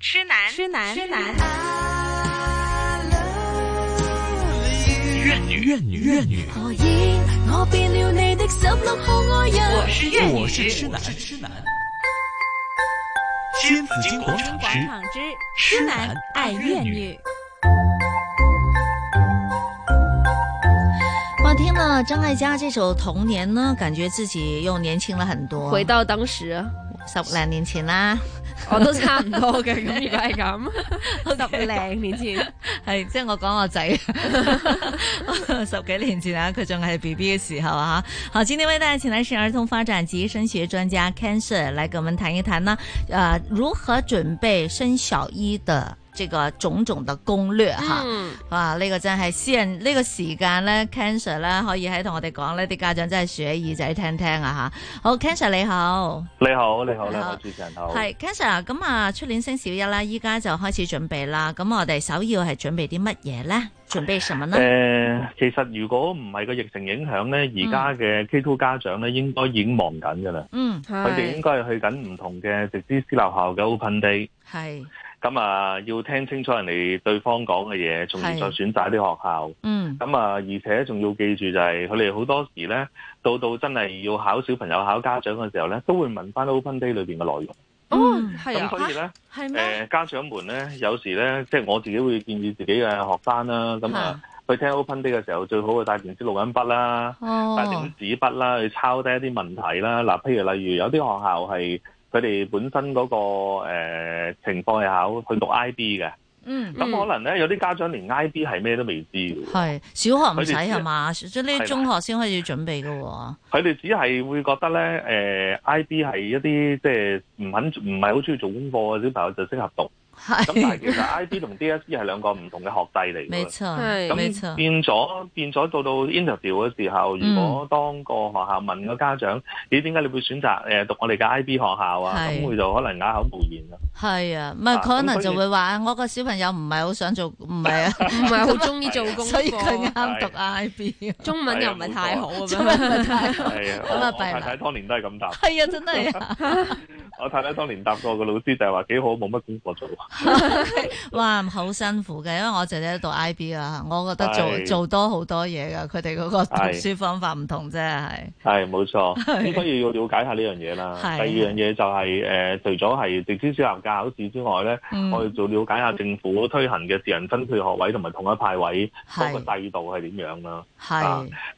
痴男，痴男，痴男。怨女，怨女，怨女。何以我變了你的十六號愛人？我是怨女，我是痴男，痴男。新紫金廣場广之场之痴男爱怨女。哇，听了张艾嘉这首《童年》呢，感觉自己又年轻了很多，回到當時啊，十零年前啦，我都差唔多嘅，咁如果係咁，十零年前， 係即係我講我仔 十幾年前啊，佢仲係 B B 嘅時候啊。好，今天為大家請來是兒童發展及升學專家 Ken Sir 來跟我們談一談呢，呃，如何準備升小一的這個種種的攻略哈。嗯，哇！呢、個真係私人呢、個時間咧，Cancer 咧可以喺同我哋講呢啲家長真係豎起耳仔聽聽啊吓。好，Cancer 你好，你好，你好，你好好，主持人好。係 Cancer 啊咁啊，出年升小一啦，依家就開始準備啦。咁我哋首要係準備啲乜嘢咧？準備什麼呢？誒，其實如果唔係個疫情影響咧，而家嘅 K2 家長咧，應該已經忙緊㗎啦。嗯，佢哋應係該係去緊唔同嘅直資私立校嘅 open day，係，咁啊要聽清楚人哋對方講嘅嘢，仲要係再選擇啲學校。嗯，咁啊，而且仲要記住就係佢哋好多時咧，到到真係要考小朋友、考家長嘅時候咧，都會問翻 open day 裏邊嘅內容。哦嗯，係咁啊，所以咧。係誒、？家長們咧，有時咧，即係我自己會建議自己嘅學生啦，咁啊，去聽 open day 嘅時候，最好係帶定支錄音筆啦，帶哦定，紙筆啦，去抄低一啲問題啦。嗱，譬如例如有啲學校係佢哋本身嗰、個、呃、情況係考去讀 IB 嘅，嗯，咁、嗯可能咧有啲家長連 IB 係咩都未知嘅喎，係小學唔使佢哋只係嘛？即係呢啲中學先開始準備嘅喎。佢哋只係會覺得咧誒、IB 係一啲即係唔肯唔係好中意做功課嘅小朋友就適合讀，咁但係係，其實 IB 同 DSE 係兩個唔同嘅學制 嚟沒嘅。錯，係沒錯，變咗變咗到到 interview 嘅時候，如嗯果當個學校問個家長，咦點解你會選擇誒讀我哋嘅 IB 學校啊？係咁佢就可能啞口無言啦。係啊，唔係啊可咁能所以就會話我個小朋友唔係好想做，唔係啊。 唔係好中意做功所以佢課，啱讀 IB，中文啊又唔係太好咁中文樣，唔太好。係啊，咁啊我我弊啦太太當年都係咁答，係啊，真係啊！我太太當年答過個老師就係話幾好，冇乜功課做。 哇，好辛苦嘅，因為我姐姐讀 IB 啊，我覺得做係做多好多嘢噶，佢哋嗰個讀係書方法唔同啫，係係冇錯，咁所以要了解下呢樣嘢啦。第係二樣嘢就係誒，除咗係直資小學嘅考試之外咧，嗯我哋做了解下政府推行嘅自人分配學位同埋統一派位嗰個係制度係點樣啦。係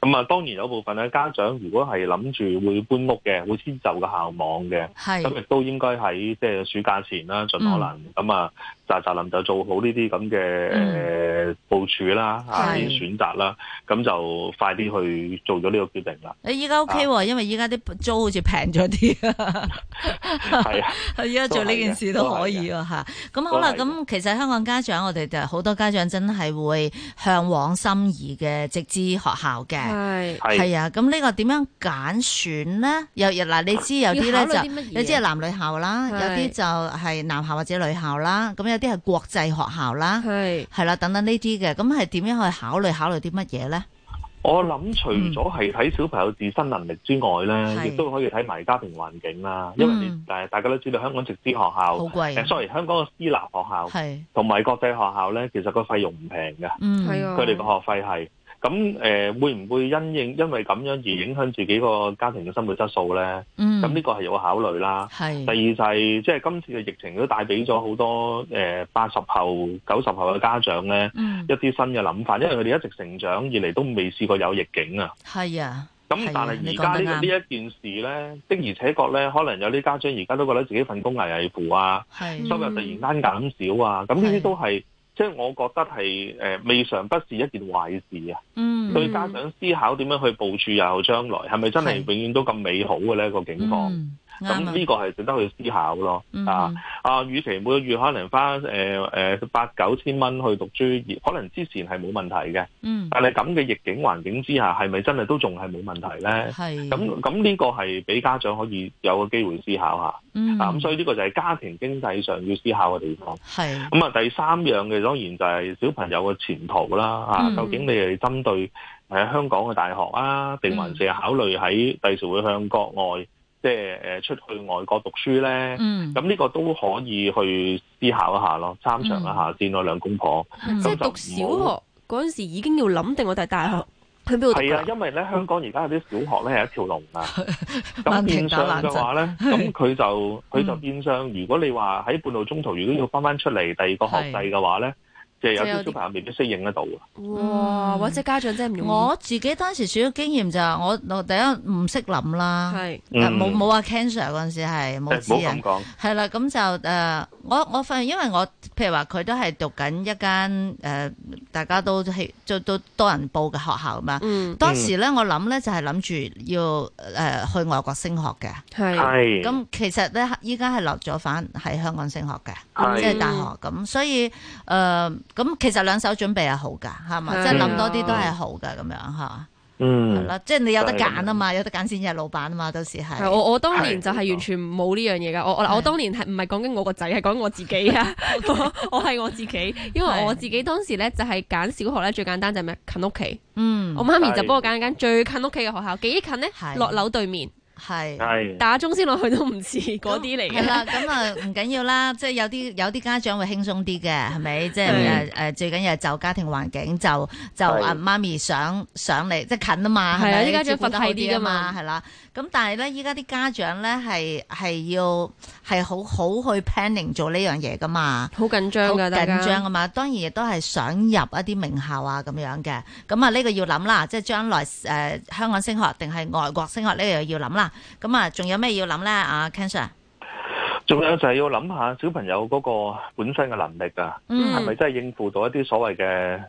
咁啊，當然有部分咧，家長如果係諗住會搬屋嘅，會遷就個校網嘅，咁啊係嗯亦都應該喺即係暑假前啦，盡可能咁啊，扎扎林就做好呢啲咁嘅誒部署啦，嚇嗯呢係啲選擇啦，咁就快啲去做咗呢個決定 啦。你依家 OK 啊喎，因為依家啲租好似平咗啲啊，係 啊，依家做呢件事都可以啊吓。咁好啦，都係嘅咁其實香港家長我哋就好多家長真係會向往心儀嘅直資學校嘅。係係係啊，咁呢個點樣揀選呢？又又嗱，你知有啲要考咧慮啲乜就嘢有啲係男女校啦，有係啲就係男校或者女校啦，咁有啲係國際學校啦，係係啦，等等呢啲嘅，咁係點樣去考慮考慮啲乜嘢呢？我諗除咗係睇小朋友自身能力之外咧，嗯係亦都可以睇埋家庭環境啦，因為你嗯誒大家都知道香港直資學好校，貴誒啊， sorry 香港嘅私立學校。係，同埋國際學校咧，其實個費用唔平嘅，嗯，係啊，佢哋個學費係。咁誒、呃，會唔會因應因為咁樣而影響自己個家庭嘅生活質素咧？嗯，咁呢個係有考慮啦。第二係，就係、即係今次嘅疫情都帶俾咗好多誒八十後、九十後嘅家長咧嗯一，啲新嘅諗法，因為佢哋一直成長以嚟都未試過有逆境啊。係啊，咁係啊但係你而講家得呢呢一件事咧，的而且確咧，可能有啲家長而家都覺得自己份工危危乎啊。係，收入突然間減少啊，咁呢係啲都係即係我覺得係誒、呃未嘗不是一件壞事啊！嗯，對家長思考點樣去部署日後將來，係咪真係係永遠都咁美好嘅呢個境況？嗯，咁啱啊呢個係值得去思考咯。嗯，啊啊，與其每個月可能花誒誒八九千蚊去讀書，可能之前係冇問題嘅，嗯，但係咁嘅逆境環境之下，係咪真係都仲係冇問題呢？嗯係，咁咁呢個係俾家長可以有個機會思考下。嗯，啊，咁所以呢個就係家庭經濟上要思考嘅地方。係，咁啊，第三樣嘅當然就係小朋友嘅前途啦，啊，嗯究竟你係針呃嗯對誒香港嘅大學啊，定還是考慮喺第時會向國外即係誒出去外國讀書咧？嗯，咁呢個都可以去思考一下咯，參詳一嗯下先咯，兩公婆。即係讀小學嗰陣時已經要諗定我哋大學去邊度讀係啊，啦。因為咧香港而家有啲小學咧係一條龍 啊。咁慢變停打嗯相冷嘅震，話咧，咁 佢就佢就變相，如果你話喺半路中途，如果要翻翻出嚟第二個學制嘅話咧，就有就有啲啲小朋友未必適應得到啊嘅。哇！或者家長真係唔容易。我自己當時少少經驗就係我我第一唔識諗啦，係但嗯啊冇冇話 cancer 嗰陣時係冇誒唔知好啊咁。講，係啦，咁就誒、呃我我發現，因為我譬如話佢都係讀緊一間誒、呃大家都係都都多人報嘅學校嘛。嗯當時咧，我諗咧就係諗住要誒、呃去外國升學嘅。係係咁其實咧，依家係落咗返喺香港升學嘅，係即係大學咁。所以誒，呃咁、其實兩手準備係好㗎，係嘛？係即係諗多啲都係好㗎，咁樣嚇。係嗯啦，即係你有得就係咁揀啊嘛，有得揀先係老闆啊嘛，到時係係。我我當年就係完全冇呢樣嘢㗎。我我嗱係我當年係唔係講緊我個仔，係講緊我自己 啊！我我係我自己，因為我自己當時咧就係揀小學咧最簡單就係咩近屋企。嗯我，媽咪就幫我揀一間最近屋企嘅學校，幾近呢？係落樓對面，係。係打鐘先落去都唔似嗰啲嚟係嘅。啦，咁啊唔緊要啦， 即係有啲有啲家長會輕鬆啲嘅，係咪？即係嗯誒誒，最緊要係就家庭環境就就係啊媽咪想想你，即係近啊嘛，係係啊咪？啲家長照顧得好佛系啲㗎嘛係啦。咁但係咧，依家啲家長咧係係要係好好去 planning 做呢樣嘢噶嘛。好緊好張㗎，大家緊張啊嘛，當然亦都係想入一啲名校啊咁樣嘅，咁啊呢個要諗啦，即係將來誒、呃香港升學定係外國升學呢個又要諗啦，咁啊仲有咩要諗咧？啊 Ken Sir，仲有就係要諗下小朋友嗰個本身嘅能力啊，嗯係咪真係應付到一啲所謂嘅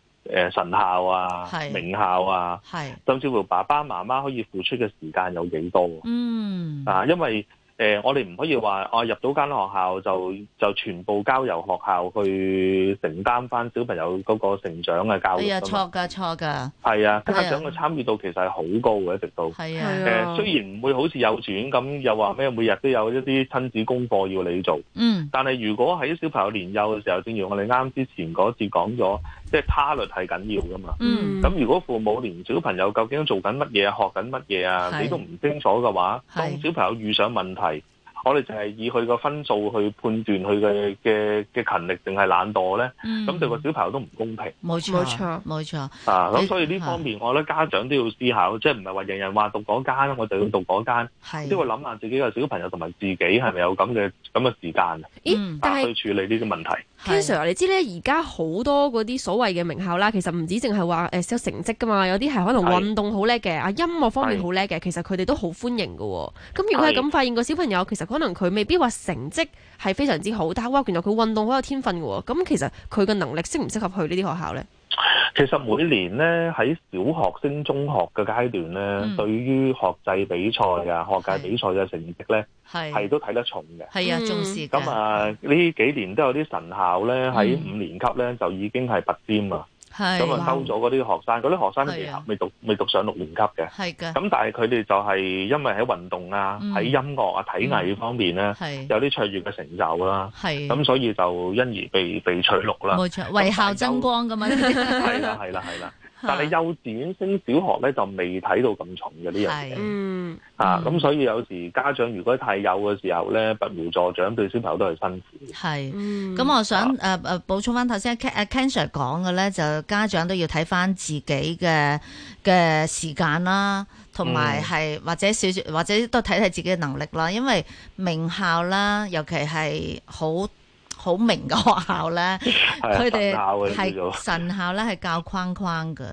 誒神校啊係、名校啊，係。甚至乎爸爸媽媽可以付出嘅時間有幾多啊？嗯，啊，因為誒、呃我哋唔可以話啊入到間學校就就全部交由學校去承擔翻小朋友嗰個成長嘅教哎育呀，㗎嘛錯噶，錯噶，係啊，係啊家長嘅參與度其實係好高嘅，一直到。係係啊，誒、啊哦雖然唔會好似幼稚園咁，又話咩每日都有一啲親子功課要你做，嗯，但係如果喺小朋友年幼嘅時候，正如我哋啱之前嗰次講咗，即係他律係緊要噶嘛。嗯，咁如果父母連小朋友究竟做緊乜嘢、學緊乜嘢啊，係你都唔清楚嘅話，係當小朋友遇上問題，我哋就係以佢個分數去判斷佢嘅嘅嘅勤力定係懶惰咧，嗯咁對個小朋友都唔公平冇錯，冇錯冇錯，啊！你咁所以呢方面，我覺得家長都要思考，即係唔係話人人話讀嗰間我就要讀嗰間，係，都要諗下自己嘅小朋友同埋自己係咪有咁嘅咁嘅時間咦嗯？但啊係去處理呢啲問題。 Ken 係 Sir，你知咧，而家好多嗰啲所謂嘅名校啦，其實唔止淨係話誒有成績噶嘛，有啲係可能係運動好叻嘅，啊音樂方面係好叻嘅，其實佢哋都好歡迎嘅喎。咁如果係係咁發現個小朋友，其實可能佢未必話成績係非常之好，但係哇，原來佢運動好有天分嘅喎。咁其實佢嘅能力適唔適合去呢啲學校咧？其實每年咧喺小學升中學嘅階段咧，嗯對於學制比賽啊、學界比賽嘅成績咧，係係都睇得重嘅。係啊，嗯重視咁嘅，啊，呢幾年都有啲神校咧，喺五年級咧就已經係拔尖啦。係咁啊，收咗嗰啲學生，嗰啲學生係啊未未讀未讀上六年級嘅。係嘅，咁但係佢哋就係因為喺運動啊、嗯喺音樂啊、體藝方面咧，係有啲卓越嘅成就啦。係，咁啊所以就因而被被取錄啦。冇錯，為校爭光噶嘛，係啦，係啦，係啦。但係嚇幼稚園升小學咧就未睇到咁重嘅呢樣嘢係嗯，啊，嗯咁所以有時家長如果太幼嘅時候咧，拔苗助長對小朋友都係辛苦。係。嗯咁我想誒誒補充翻頭先 Ken 誒 Ken Sir 講嘅咧，就家長都要睇翻自己嘅嘅時間啦，同埋嗯係或者少少或者都睇睇自己嘅能力啦，因為名校啦，尤其係好好明嘅學校咧，啊佢哋神校嘅叫做係神校咧係教框框嘅，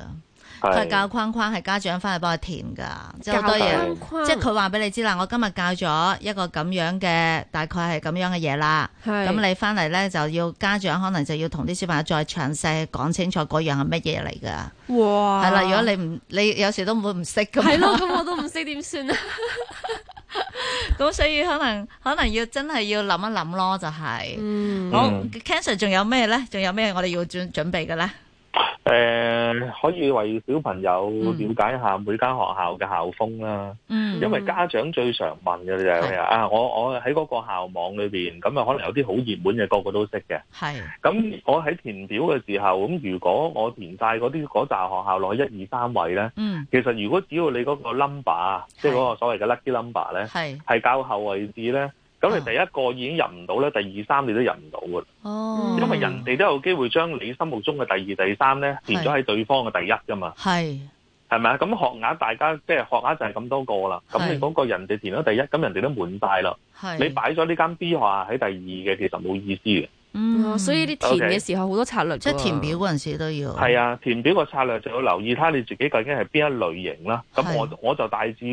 佢係係教框框係家長翻去幫佢填㗎，即係好教多嘢。框框即係佢話俾你知啦，我今日教咗一個咁樣嘅，大概係咁樣嘅嘢啦。係咁你翻嚟咧就要家長可能就要同啲小朋友再詳細講清楚嗰樣係乜嘢嚟啊噶。哇，係啦，如果你唔你有時都唔會唔識噶嘛係。咯，咁我都唔識點算啊。 咁所以可能可能要真係要諗一諗咯，就係、嗯好嗯 cancer 仲有咩咧？仲有咩我哋要準準備嘅咧？誒、誒、可以為小朋友了解下每間學校嘅校風啦，嗯因為家長最常問嘅就係、係啊，我我喺嗰個校網裏邊，咁啊可能有啲好熱門嘅，個個都識嘅。係咁我喺填表嘅時候，咁如果我填晒嗰啲嗰扎學校落去一二三位咧，嗯其實如果只要你嗰個 number 啊，即係嗰個所謂嘅 lucky number 咧，係係較後位置咧，咁你啊第一個已經入唔到咧，第二三你都入唔到㗎啦。哦，因為人哋都有機會將你心目中嘅第二、第三咧變咗喺對方嘅第一噶嘛，係係咪啊？咁學額大家即係學額就係咁多個啦。咁係你嗰個人哋填咗第一，咁人哋都滿晒啦。係你擺咗呢間 B 學校喺第二嘅，其實冇意思嘅。哦嗯，所以你填嘅時候好多策略㗎，即係填表嗰陣時都要係啊，填表個策略就要留意睇下你自己究竟係邊一類型啦。咁係我我就大致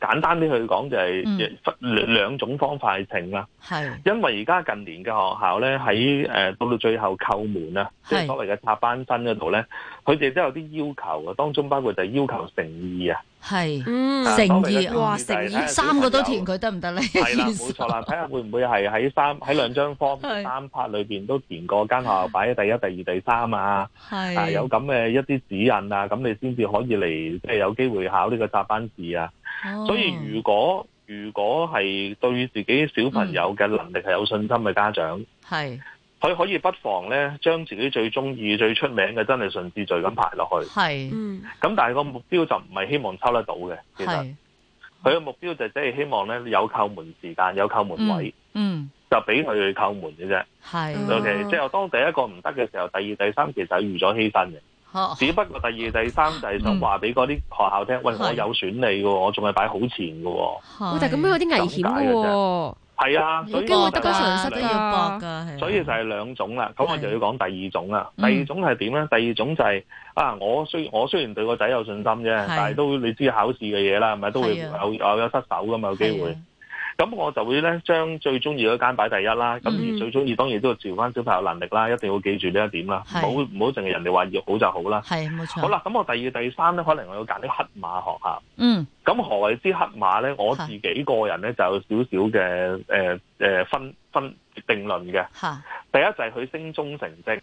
簡單啲去講，就係嗯兩兩種方法去請啦。係因為而家近年嘅學校咧，喺誒、呃到到最後扣門啊，即係係所謂嘅插班生嗰度咧，佢哋都有啲要求嘅，當中包括就係要求誠意啊，係嗯，誠意啊哇所謂嘅誠意三個都填。佢得唔得咧？係啦，冇錯啦，睇下會唔會係喺三喺兩張方係三 part 裏邊都填過間學校擺喺第一、第二、第三啊，啊係有咁嘅一啲指引啊，咁你先至可以嚟即係有機會考呢個插班試啊。哦所以如果如果係對自己小朋嗯友嘅能力係有信心嘅家長。係佢可以不妨咧，將自己最中意、最出名嘅真係順次序咁排落去。係嗯咁但係個目標就唔係希望抽得到嘅，其實係佢嘅目標就只係希望咧有扣門時間、有扣門位，嗯就俾佢去扣門嘅啫。係嗯 OK，即係當第一個唔得嘅時候，第二、第三其實係預咗犧牲嘅。好只不過第二、第三就係想話俾嗰啲學校聽，喂，嗯係我有選你嘅喎，我仲係擺好前嘅喎。喂，哦但係咁樣有啲危險咁解嘅嘅喎，係啊，所有以機會就得不係償失都㗎要搏噶，係啊所以就係兩種啦，咁我就要講第二種啦。第嗯二種係點咧？第二種就係、啊，我雖我雖然對個仔有信心啫，但係都你知考試嘅嘢啦，係咪都會係啊有有有失手噶嘛，有機會。咁我就會咧將最中意嗰間擺第一啦。咁嗯而最中意當然都要照翻小朋友能力啦，一定要記住呢一點啦。唔係好唔好淨係人哋話要好就好啦。係冇錯。好，啦，咁我第二第三咧，可能我要揀啲黑馬學校。嗯咁何謂之黑馬咧？我係自己個人咧就有少少嘅誒誒分分定論嘅。吓第一就係佢升中成績。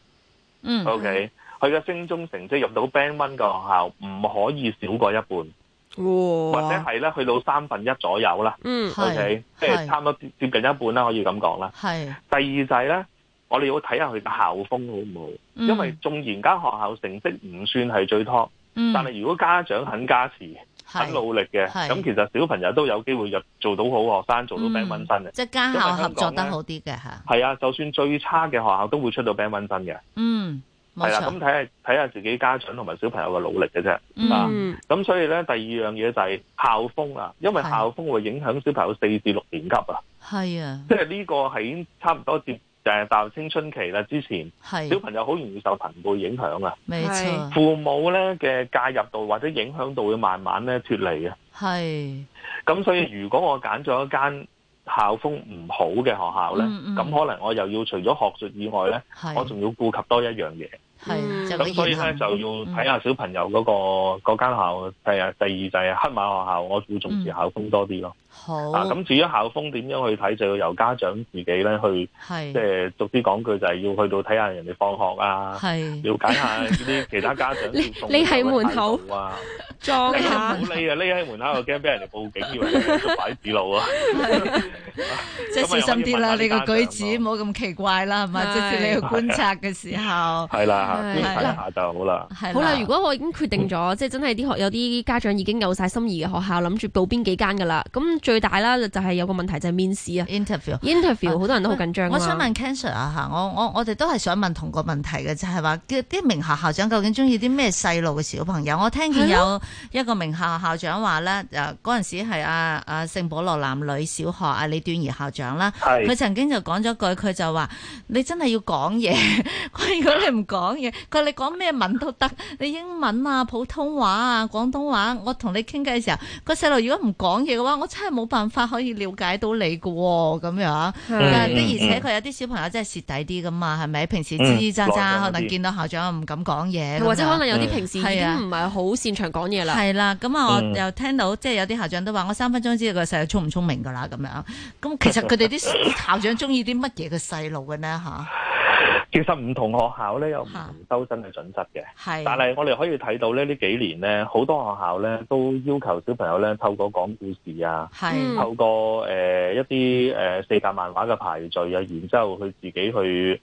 嗯 O K，佢嘅升中成績入到 Band One 嘅學校唔可以少過一半，或者哇，係咧去到三分一左右啦。嗯 O K，即係差唔多接近一半啦，可以咁講啦。係第二就係咧，我哋要睇下佢嘅校風好唔好，嗯因為縱然間學校成績唔算係最 top，但但係如果家長肯加持、肯努力嘅，嗯係嗯咁其實小朋友都有機會入做到好學生，做到 Band One 生嘅。即係家校合作得好啲嘅吓，係啊，就算最差嘅學校都會出到 Band One 生嘅。嗯冇係啦，錯咁，睇下睇下自己家長同埋小朋友嘅努力嘅啫。啊嗯嗯咁所以咧，第二樣嘢就係校風啦，因為係校風會影響小朋友四至六年級啊， 係啊即係呢個係已經差唔多接誒踏入青春期啦。之前小係，朋友好容易受朋輩影響啊，冇錯父母咧嘅介入度或者影響度會慢慢咧脱離啊。係咁所以如果我揀咗一間校風唔好嘅學校咧，咁、嗯嗯可能我又要除咗學術以外咧，我係仲要顧及多一樣嘢。嗯係就個咁所以咧現就行要睇下小朋友嗰、個嗰間校，第啊第二就係黑馬學校，我會重視校風多啲咯。嗯好啊，咁至於校風點樣去睇，就要由家長自己咧去，嗯即係係逐啲講句，就係要去到睇下人哋放學啊，係了解下 呢啲其他家長接送你喺門嘅口態度啊，嗯裝匿下喺。你啊，匿喺門口又驚俾人哋報警，以為你係捉拐子佬啊。即係小心啲啦，你個舉止唔好咁奇怪啦，係嘛？係即使你去觀察嘅時候，係啦，係觀察一下就好啦。係好啦，如果我已經決定嗯咗，即係真係啲學有啲家長已經有晒心儀嘅學校，諗住報邊幾間噶啦。咁最大啦就係有個問題就係面試啊 interview。 ，interview 好多人都好緊張㗎嘛啊啊我想問 Ken Sir 啊嚇，我我我哋都係想問同個問題嘅，就係話啲啲名校校長究竟中意啲咩細路嘅小朋友？我聽見係有一個名校校長話咧，誒嗰陣時係阿阿聖保羅男女小學啊李端儀校長啦，佢係曾經就講咗句，佢就話：你真係要講嘢。 佢如果你唔講嘢，佢話你講咩文都得，你英文啊、普通話啊、廣東話，我同你傾偈嘅時候，個細路如果唔講嘢嘅話，我真係冇辦法可以了解到你嘅喎、咁樣。但係嗯的而且確有啲小朋友真係蝕底啲噶嘛，係咪？平時吱吱喳喳，嗯可能見到校長唔敢講嘢咁樣，嗯或者可能有啲平時已係啊經唔係好擅長講嘢啦。係啦。咁啊，我嗯又聽到即係有啲校長都話，我三分鐘知道個細路聰唔 聰明㗎啦咁樣。咁其實佢哋啲校長中意啲乜嘢嘅細路嘅呢？吓，其實唔同學校咧有唔嚇同收生嘅準則嘅。係但係我哋可以睇到咧，呢幾年咧，好多學校咧都要求小朋友咧透過講故事啊，係嗯透過誒、呃一啲誒、呃四格漫畫嘅排序啊，然之後佢自己去誒、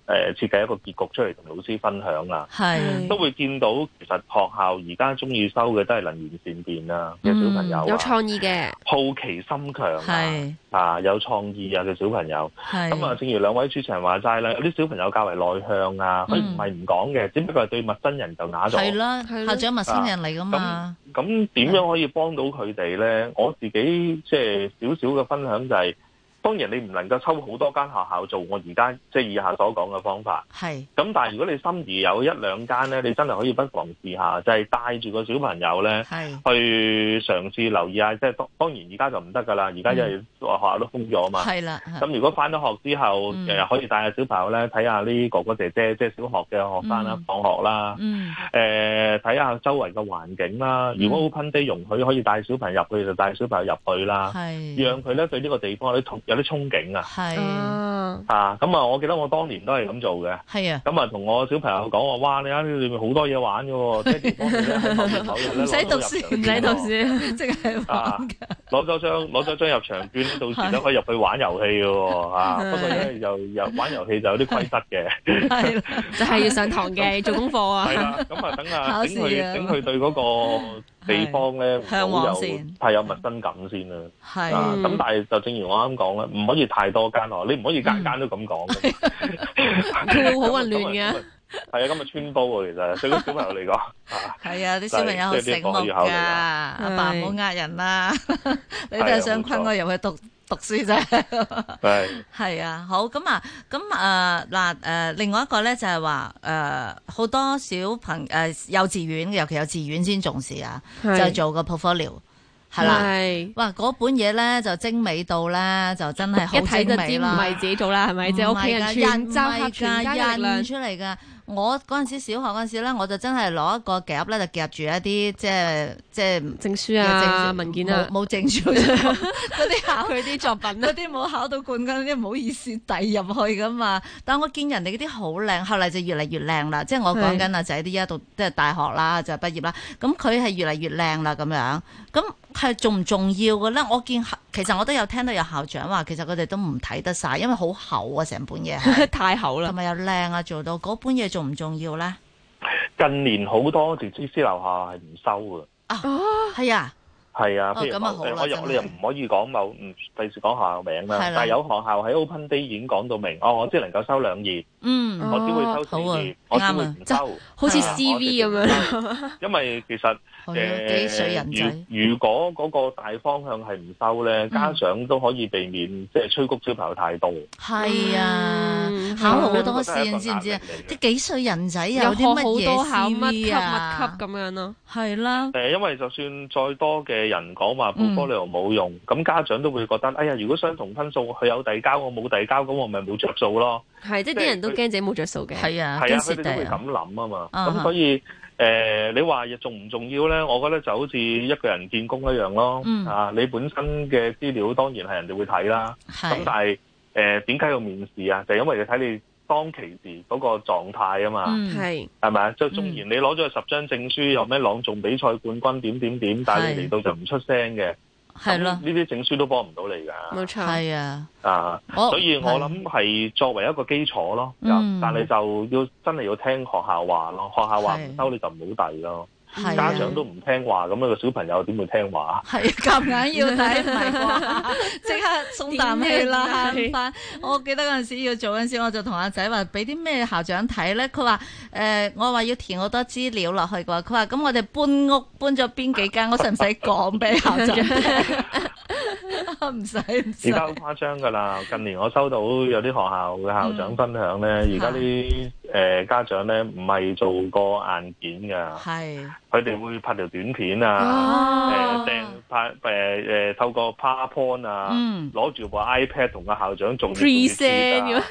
呃、設計一個結局出嚟同老師分享啊。係都會見到其實學校而家中意收嘅都係能源善變啊嘅小朋友嗯有啊，創意嘅，好奇心強啊，係啊有創意啊嘅小朋友。係咁啊，正如兩位主持人話齋啦，有啲小朋友較為內向啊，佢唔係唔講嘅，只不過係對陌生人就啞嗯係咗。啊啦，係咯校長陌生人嚟噶嘛，咁點樣可以幫到佢哋咧？我自己即係少少嘅分享就係、當然你唔能夠抽好多間學校做我而家即係以下所講嘅方法。係咁但係如果你心儀有一兩間咧，你真係可以不妨試下，就係、帶住個小朋友咧。係去嘗試留意下，即係當當然而家就唔得㗎啦，而家因為學校都封咗啊嘛。係啦，係咁如果翻咗學之後，誒、嗯可以帶下小朋友咧睇下呢哥哥姐姐，即係小學嘅學生啦嗯，放學啦，嗯誒睇下周圍嘅環境啦。如果 open day 容許可以帶小朋友入去，就帶小朋友入去啦，係讓佢咧對呢個地方有啲憧有啲憧憬啊。係啊，啊，咁啊，我記得我當年都係咁做嘅。係啊，咁啊，同我小朋友講話，哇！你睇呢裏面好多嘢玩嘅喎，即係地方咧喺某年某日咧唔使攞讀到入書，場唔使啊券讀喎書，即係啊玩㗎，攞咗 張攞咗張入場券，到時都可以入去玩遊戲嘅喎啊不過咧又又玩遊戲就有啲規則嘅，係啦，就係要上堂嘅，做功課 係啊，啦。咁啊，等 考啊，試整佢啊整佢對嗰個地方咧，向唔好往有先太有陌生感先啦。啊係嗯咁但係就正如我啱講啦，唔可以太多間喎，你唔可以間嗯間都咁講嘅。 佢會好混亂嘅咁啊。係啊，咁啊穿煲喎，其實對啲小朋友嚟講 啊，係啊，啲小朋友好醒目即係呢個可以㗎，考慮啊阿爸係唔好呃人啦，你都係想困我入去讀讀書啫。係係啊，好咁啊，咁誒嗱誒，另外一個咧就係話誒，好多小朋誒、呃幼稚園，尤其幼稚園先重視啊，就做個 portfolio 係啦。係哇！嗰本嘢咧就精美到咧，就真係好一睇精就美知唔啦。係自己做啦，係咪？即係屋企人印全集合全家嘅力量印，出嚟噶。我嗰陣時小學嗰陣時咧，我就真係攞一個夾咧，就夾住一啲即係即係證書嘅啊、證文件啊，冇冇證書嗰啲考佢啲作品嗰啊，啲冇考到冠軍嗰啲唔好意思遞入去噶嘛，但我見人哋嗰啲好靚，後嚟就越嚟越靚啦。即係我講緊阿仔啲而家讀即係大學啦，就畢業啦。咁佢係越嚟越靚啦咁樣。咁係重唔重要嘅咧？我見其實我都有聽到有校長話，其實佢哋都唔睇得晒，因為好厚啊成本嘢係， 太厚啦同。埋又靚啊，做到嗰本嘢重唔重要咧？近年好多直資私樓下係唔收嘅。係啊，係啊，哦譬如咁啊某好啦我又真係我哋又唔可以講某唔費事講學校名啦係啦，但係有學校喺 Open Day 已經講到明，哦，我只能夠收兩頁，嗯，我只會收四頁，好啊我只會唔啱收，好似係啊 CV 咁。樣，我直接唔收因 為其實係咯，啊幾水人誒仔，，嗯如如果嗰個大方向係唔收咧，家長都可以避免即係催谷小朋友太多。係啊，嗯考好呢個多都係一個線，知唔知啊壓？力嚟嘅啲幾歲人仔又有學啲好乜嘢多考乜級 CV 啊乜級？咁樣咯，係啦，誒，因為就算再多嘅人講話嗯 portfolio 冇用，咁、家長都會覺得，哎呀，如果相同分數佢有遞交，我冇遞交，咁我咪冇着數咯。係即係即啲係人都佢驚自己冇着數嘅，係啊，係啊，驚佢蝕哋都底會啊咁，諗啊嘛。啊哈咁所以誒、呃你話重唔重要咧？我覺得就好似一個人見工一樣咯。嗯啊，你本身嘅資料當然係人哋會睇啦。咁但係，係誒點解要面試啊？就因為你睇你當其時嗰個狀態啊嘛，嗯，係係咪啊？即係縱然你攞咗十張證書，有咩朗誦比賽冠軍點點點，但係你嚟到就唔出聲嘅，係咁咯，呢啲證書都幫唔到你冇㗎。錯，係啊，啊，我所以我諗係作為一個基礎咯，嗯但係就要真係要聽學校話咯，學校話唔收你就唔好遞咯，係家啊長都唔聽話，咁樣個小朋友點會聽 話？ 係夾硬要睇，唔係啩？即刻鬆啖氣啦，點慳翻。我記得嗰陣時要做嗰陣時，我就同阿仔話：俾啲咩校長睇咧？佢話：誒、我話要填好多資料落去嘅話，佢話：咁我哋搬屋搬咗邊幾間，我使唔使講俾 校長 聽？唔使唔而使家，好誇張㗎啦！近年我收到有啲學校嘅校長分享咧，嗯而家啲誒家長咧唔係做個硬件㗎，係佢哋會拍條短片啊，誒哦掟拍誒誒透過 PowerPoint 啊，嗯攞住部 iPad 同個校長做 Present 咁啊，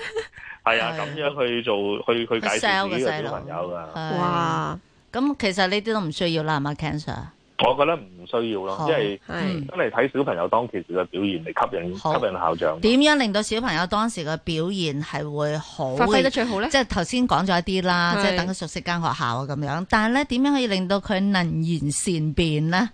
係啊，係咁樣去做去去解釋 sell 自個己細嘅路小朋友㗎。啊係哇，咁其實呢啲都唔需要啦，係嘛，Cancer？我覺得唔需要咯，好因為係真係睇小朋友當其時嘅表現嚟吸引吸好引校長。啊點樣令到小朋友當時嘅表現係會好？發揮得最好咧，即係頭先講咗一啲啦，係即係等佢熟悉間學校啊咁樣。但係咧，點樣可以令到佢能言善辯呢？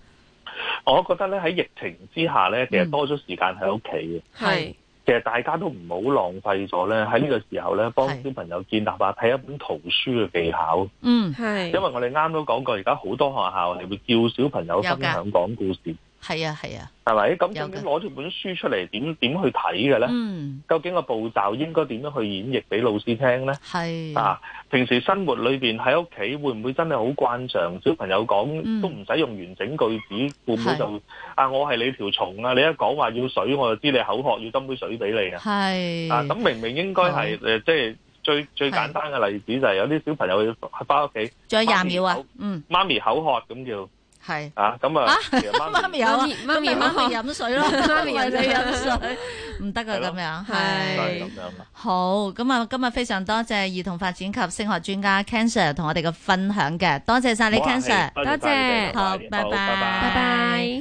我覺得咧喺疫情之下咧，其實嗯多咗時間喺屋企嘅，係其實大家都唔好浪費咗咧喺呢個時候咧幫係小朋友建立下睇一本圖書嘅技巧。嗯，因為係我哋啱都講過，而家好多學校係會叫小朋友分享講故事，係啊，係啊，係咪？咁有究嘅竟攞住本書出嚟點點去睇嘅咧？嗯，究竟個步驟應該點樣去演繹俾老師聽咧？係，啊，平時生活裏邊喺屋企會唔會真係好慣常？小朋友講、嗯都唔使用完整句子，會唔會係就啊我係你條蟲啊？你一講話要水，我就知你口渴要斟杯水俾你啊！係，啊，咁明明應該係誒，即係最最嗯係簡單嘅例子就係有啲小朋友翻屋企，仲有廿秒媽咪啊有，嗯，媽咪口渴咁叫係，啊，咁啊啊，其實媽咪媽咪有啊，媽咪咪媽媽咪咪飲水咯， 媽咪喂飲你水飲水，唔得噶啊係咯咁樣，係都係係咁。樣啦。好，咁啊，今日非常多謝兒童發展及升學專家 Ken Sir 同我哋嘅分享嘅，多謝晒你好啊 Ken Sir，係多謝晒你哋好，拜拜拜，拜拜拜。